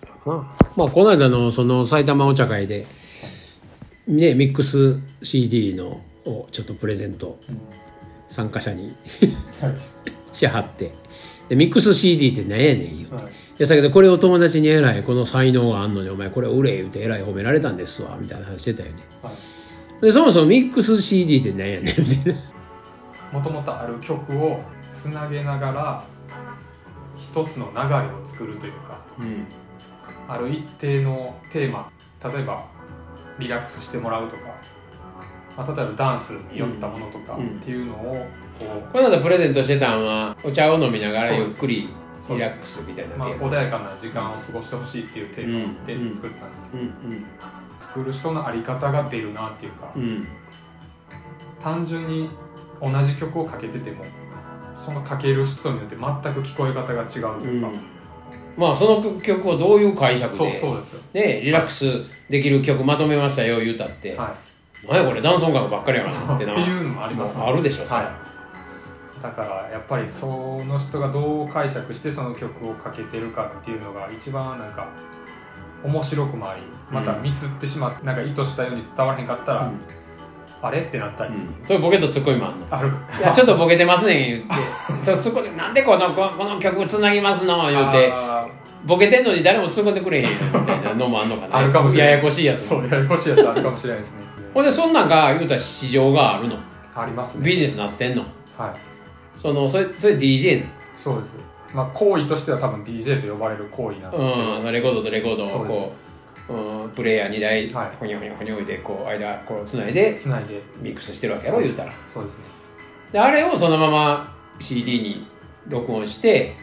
かな。まあ、この間の、その、埼玉お茶会で、ね、ミックス CD の、をちょっとプレゼント、参加者にしはって。で、ミックス CD って何やねん、言うて。はいいやさけどこれを友達にえらいこの才能があんのにお前これ売れ言うてえらい褒められたんですわみたいな話してたよねはいでそもそもミックス CD って何やねんみたいなもともとある曲をつなげながら一つの流れを作るというかうんある一定のテーマ例えばリラックスしてもらうとか、まあ、例えばダンスに寄ったものとかうんっていうのをここの間プレゼントしてたんはお茶を飲みながらゆっくりそうリでラす、ックスみたいうなまあ、テーマ穏やかな時間を過ごしてほしいっていうテーマうんで作ったんですけど、うんうん作る人の在り方が出るなっていうか、うん単純に同じ曲をかけててもそのかける人によって全く聞こえ方が違うというか、まあその曲をどういう解釈そうでそうですよねリラックスできる曲まとめましたよ言うたってはい何やこれダンス音楽ばっかりやそなうっ っててないうのもありますもんあるでしょそれはい、だからやっぱりその人がどう解釈してその曲をかけてるかっていうのが一番なんか面白くもありまたミスってしまって、なんか意図したように伝わらへんかったら、うんあれってなったり、うそういうボケとツッコミもあんのあるいやちょっとボケてますねん言ってそうツッコんでなんでこのここの曲つなぎますの言うてあボケてんのに誰も突っ込んでくれへんみたいなのもあんのかなあるかもしれないややこしいやーつそうややこしいやつあるかもしれないですねほんでそんなんが言うたら市場があるのありますねビジネスなってんのはいそのそれそれ DJ そうですまあ行為としては多分 DJ と呼ばれる行為なんですけど、の、うん、レコードとレコードをそうですこううん、プレイヤー2台はいほにゃほにゃほにゃ置いてこう間こうつないでつないでミックスしてるわけやろ言うたらそうですねであれをそのまま CD に録音して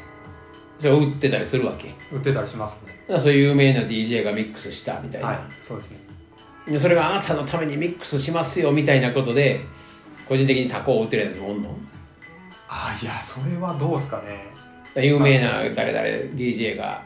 それを売ってたりするわけだか売ってたりしますねらそういう有名な DJ がミックスしたみたいな、はいそうですねでそれがあなたのためにミックスしますよみたいなことで個人的にタコを売ってるやつもおんのあいやそれはどうですかね有名な誰々 DJ が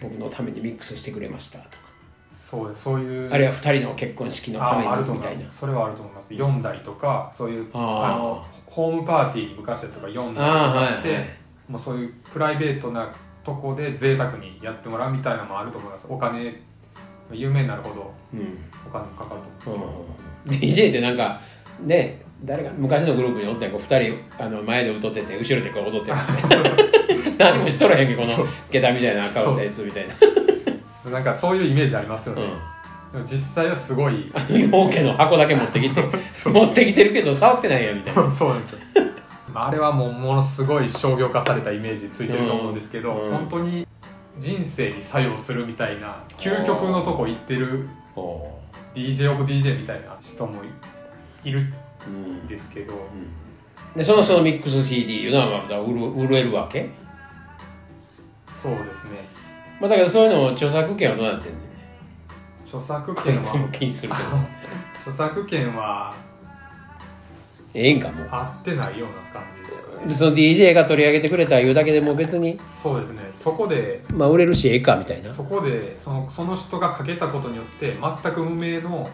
僕のためにミックスしてくれましたとかそうですそういうあるいは2人の結婚式のためああるとにみ思いたまいすなそれはあると思います読んだりとかそういうあーあのホームパーティーに昔だとか読んだりあとあかはして、いはいもうそういうプライベートなとこで贅沢にやってもらうみたいなのもあると思いますお金有名になるほどうんお金かかると思います、うん DJ ってなんかね誰か昔のグループにおったんやこう2人あの前で歌ってて後ろでこう踊ってて何もしとらへんけどこの下駄みたいな顔したやつみたいななんかそういうイメージありますよね、うんでも実際はすごいあの容器の箱だけ持ってきて持ってきてるけど触ってないやみたいな そうなんですよまああれはもうものすごい商業化されたイメージついてると思うんですけど、うんうん本当に人生に作用するみたいな究極のとこ行ってる DJ オブ DJ みたいな人もいるんですけどでその人のミックス CD いうのはまた売る売れるわけ、そうですねまあ、だけどそういうのを著作権はどうなってんね著作ん権いつもは気にするけど著作権はええんかも合ってないような感じですかうねでその DJ が取り上げてくれたいうだけでもう別に、そうですねそこでまあ、売れるしええかみたいなそこでそのその人がかけたことによって全く無名の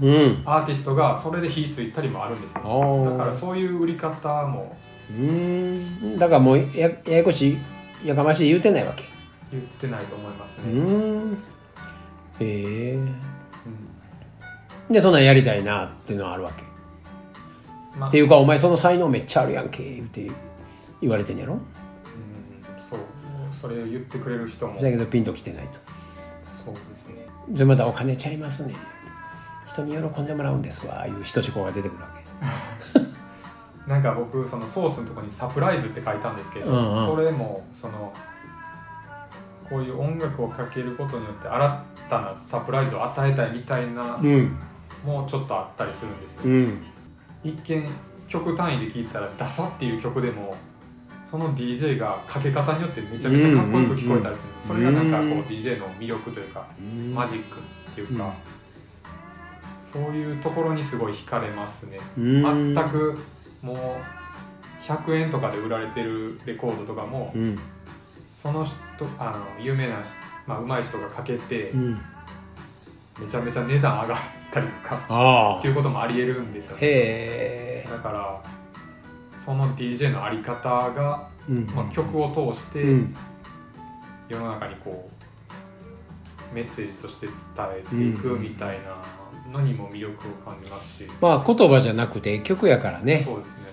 うんアーティストがそれで火ついたりもあるんですよあだからそういう売り方もうんだからもうやややこしいやかましい言うてないわけ言ってないと思いますうね、んへえうんでそんなんやりたいなっていうのはあるわけまあっていうかお前その才能めっちゃあるやんけって言われてんやろうんそうそれを言ってくれる人もだけどピンときてないとそうですねそれまたお金ちゃいますね人に喜んでもらうんですわいう人志向が出てくるわなんか僕そのソースのとこに「サプライズ」って書いたんですけど、うんうんそれもそのこういう音楽をかけることによって新たなサプライズを与えたいみたいなけうんもうちょっとあったりするんですよ、うん一見曲単位で聴いたら「ダサ」っていう曲でもその DJ がかけ方によってめちゃめちゃかっこよく聞こえたりする、それがなんかこううん DJ の魅力というかマジックっていうか、そういうところにすごい惹かれますね、全くもう100円とかで売られてるレコードとかもうんその人あの有名な、まあ、上手い人がかけてうんめちゃめちゃ値段上がったりとかああっていうこともありえるんですよねへえだからその DJ のあり方が、うんまあ、曲を通してうん世の中にこうメッセージとして伝えていくみたいなのにも魅力を感じますし、まあ言葉じゃなくて曲やからねそうですね、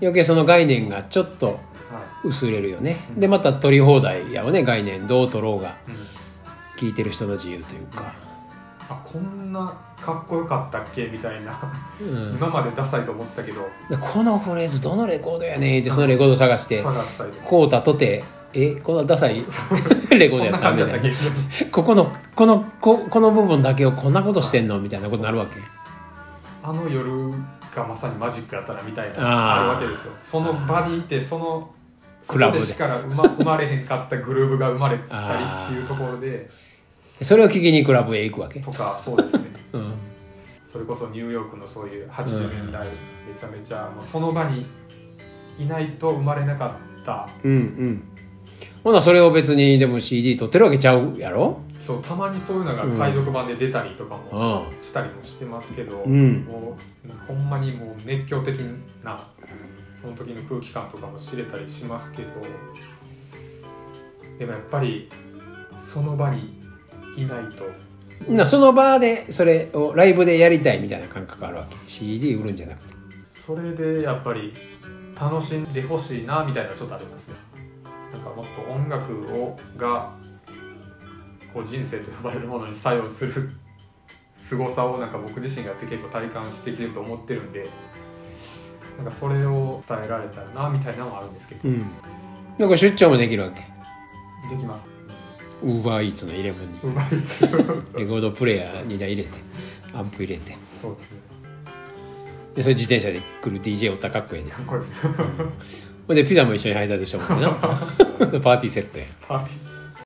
余計その概念がちょっとは薄れるよね、うんでまた取り放題やわね概念どう取ろうがいうん聞いてる人の自由というか、あこんなかっこよかったっけみたいなうん今までダサいと思ってたけどでこのフレーズどのレコードやねんってそのレコード探して探したりとかこうたとてえこのダサいレコーこドんやなった感みじただったっいけなここのこのここの部分だけをこんなことしてんのみたいなことになるわけあの夜がまさにマジックやったなみたいあーなあるわけですよその場にいてそのそクこラブででしから生ま 生まれへんかったグルーヴが生まれたありーっていうところでそれを聞きにクラブへ行くわけ、とかそうですねうん、それこそニューヨークのそういう80年代めちゃめちゃもうその場にいないと生まれなかったうんうんほなそれを別にでも CD 取ってるわけちゃうやろそうたまにそういうのが海賊版で出たりとかもし,、たりもしてますけど、うんもうほんまにもう熱狂的なその時の空気感とかも知れたりしますけどでもやっぱりその場にいないとなその場でそれをライブでやりたいみたいな感覚があるわけ CD 売るんじゃなくてそれでやっぱり楽しんでほしいなみたいなのちょっとありますねなんかもっと音楽をがこう人生と呼ばれるものに作用する凄さをなんか僕自身がやって結構体感してきてると思ってるんでなんかそれを伝えられたらなみたいなのはあるんですけどうんなんか出張もできるわけできますウーバーイーツのイレブンにうまいですレコードプレーヤー2台入れてアンプ入れてそうですねでそれ自転車で来る DJ おったかっこええでかっこいいですねほんでピザも一緒に配達してもらうな パーティーセットや パーティー